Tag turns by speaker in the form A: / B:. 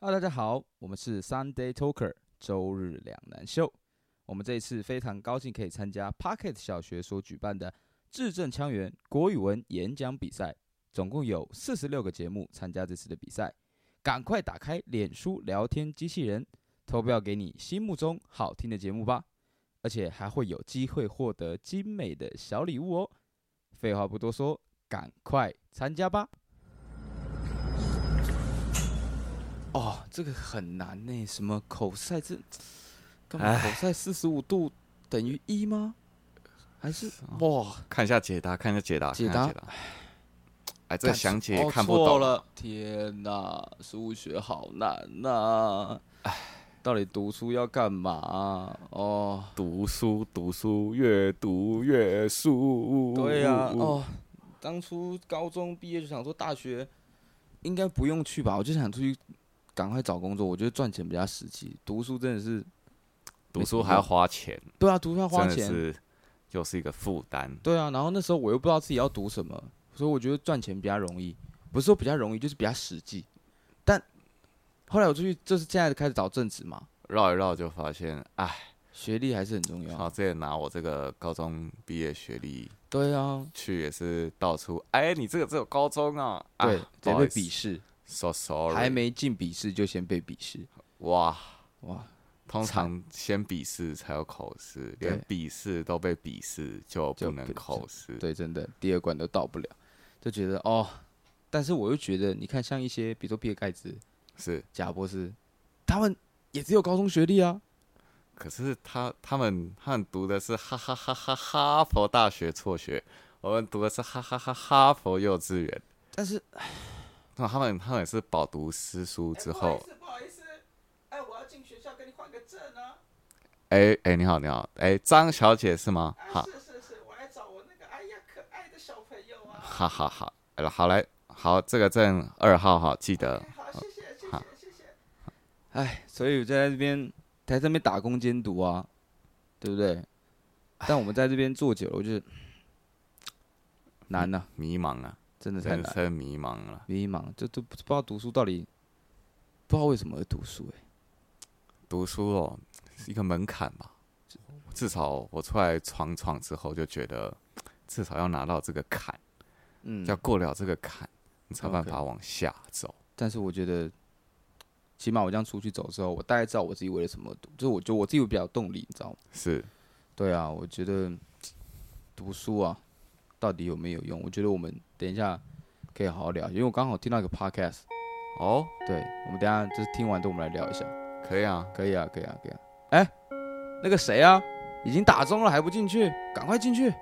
A: Hello，大家好，我们是 Sunday Talker 周日两难秀。我们这一次非常高兴可以参加 Pocket 小学所举办的字正腔圆国语文演讲比赛，总共有四十六个节目参加这次的比赛。赶快打开脸书聊天机器人，投票给你心目中好听的节目吧，而且还会有机会获得精美的小礼物哦。废话不多说，赶快参加吧！哦，这个很难呢，什么口塞这，干嘛口塞四十五度等于一吗？还是哇，
B: 看一下解答，看一下解答，
A: 解
B: 看
A: 答
B: 一下解答。哎，这个
A: 干
B: 详解
A: 哦
B: 看不
A: 错
B: 懂。
A: 了，天哪，数学好难呐、到底读书要干嘛啊？哦，
B: 读书，读书，越读越输。
A: 对呀、哦，当初高中毕业就想说大学应该不用去吧，我就想出去赶快找工作，我觉得赚钱比较实际，读书真的是，
B: 读书还要花钱，
A: 对啊，读书要花
B: 真的
A: 钱，
B: 是又是一个负担。
A: 对啊，然后那时候我又不知道自己要读什么，所以我觉得赚钱比较容易，不是说比较容易，就是比较实际。但后来我出去，就是现在开始找正职嘛，
B: 绕一绕就发现，哎，
A: 学历还是很重
B: 好，
A: 要。
B: 这也拿我这个高中毕业学历
A: 对啊，
B: 去也是到处，哎，你这个只有高中啊？啊
A: 对，
B: 不
A: 直接
B: 好
A: 被
B: 意思
A: 鄙视，
B: ，so sorry，
A: 还没进笔试就先被鄙视，
B: 哇。
A: 哇，
B: 通
A: 惨
B: 常先笔试才有口试，
A: 对
B: 连笔试都被笔试，就
A: 就
B: 不能
A: 不
B: 口试。
A: 对，真的第二关都到不了，就觉得哦，但是我又觉得，你看像一些比如说比尔盖茨、
B: 是，
A: 贾博士，他们也只有高中学历啊，
B: 可是他他们他们读的是哈哈哈哈哈佛大学辍学，我们读的是哈哈哈哈佛幼稚园。
A: 但是
B: 那他们他们也是饱读诗书之后，
A: 不好意思，哎，我要进学校跟你换个证啊，
B: 哎哎、你好你好，哎、张小姐是吗？哈
A: 哎是是是，我来找我那个哎呀可爱的小朋友啊，
B: 哈哈哈，哎好来好这个证二号哈，记得
A: 好，谢谢谢
B: 好
A: 谢谢。哎，所以我就在这边在这边打工监督啊，对不对？但我们在这边坐久了，我就难呐、
B: 迷茫啊，
A: 真的太
B: 人
A: 难，
B: 生迷茫了。
A: 迷茫，这都不知道读书到底不知道为什么而读书哎、
B: 读书哦是一个门槛吧，至少我出来闯闯之后就觉得，至少要拿到这个坎，
A: 嗯
B: 要，过了这个坎，你才有办
A: OK
B: 法往下走。
A: 但是我觉得，起码我这样出去走之后，我大概知道我自己为了什么而读，就是我觉得我自己会比较有动力，你知道吗？
B: 是
A: 对啊，我觉得读书啊，到底有没有用？我觉得我们等一下可以好好聊，因为我刚好听到一个 podcast，
B: 哦，
A: 对我们等一下就是听完之后我们来聊一下，
B: 可以啊，
A: 可以啊，可以啊，可以啊。哎，那个谁啊，已经打钟了还不进去，赶快进去！